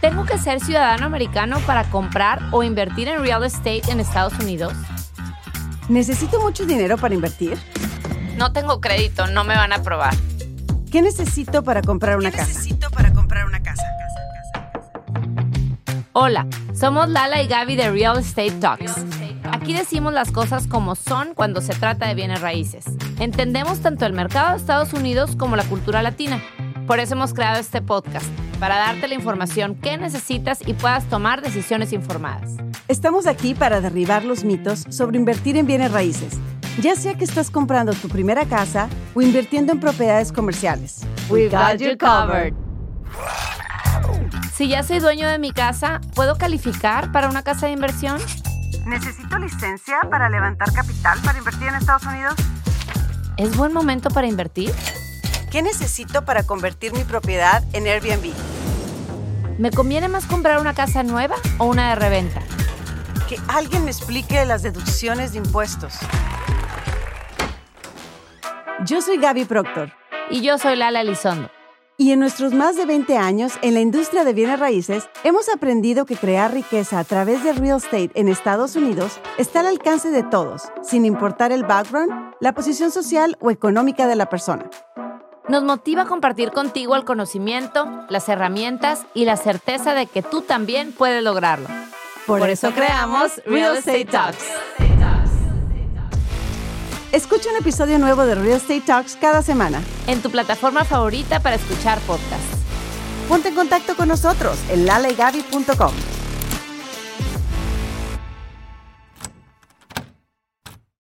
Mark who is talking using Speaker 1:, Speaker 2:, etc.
Speaker 1: ¿Tengo que ser ciudadano americano para comprar o invertir en real estate en Estados Unidos?
Speaker 2: ¿Necesito mucho dinero para invertir?
Speaker 1: No tengo crédito, no me van a aprobar.
Speaker 2: ¿Qué necesito para comprar una casa?
Speaker 3: necesito para comprar una casa?
Speaker 1: Hola, somos Lala y Gaby de Real Estate Talks. Aquí decimos las cosas como son cuando se trata de bienes raíces. Entendemos tanto el mercado de Estados Unidos como la cultura latina. Por eso hemos creado este podcast, para darte la información que necesitas y puedas tomar decisiones informadas.
Speaker 2: Estamos aquí para derribar los mitos sobre invertir en bienes raíces, ya sea que estás comprando tu primera casa o invirtiendo en propiedades comerciales.
Speaker 1: Si ya soy dueño de mi casa, ¿puedo calificar para una casa de inversión?
Speaker 3: ¿Necesito licencia para levantar capital para invertir en Estados Unidos?
Speaker 1: ¿Es buen momento para invertir?
Speaker 2: ¿Qué necesito para convertir mi propiedad en Airbnb?
Speaker 1: ¿Me conviene más comprar una casa nueva o una de reventa?
Speaker 2: Que alguien me explique las deducciones de impuestos. Yo soy Gaby Proctor
Speaker 1: Y yo soy Lala Elizondo.
Speaker 2: y en nuestros más de 20 años en la industria de bienes raíces hemos aprendido que crear riqueza a través de real estate en Estados Unidos está al alcance de todos, sin importar el background, la posición social o económica de la persona.
Speaker 1: Nos motiva a compartir contigo el conocimiento, las herramientas y la certeza de que tú también puedes lograrlo.
Speaker 2: Por, eso creamos Real Estate Talks. Escucha un episodio nuevo de Real Estate Talks cada semana.
Speaker 1: en tu plataforma favorita para escuchar podcasts.
Speaker 2: Ponte en contacto con nosotros en lalegaby.com.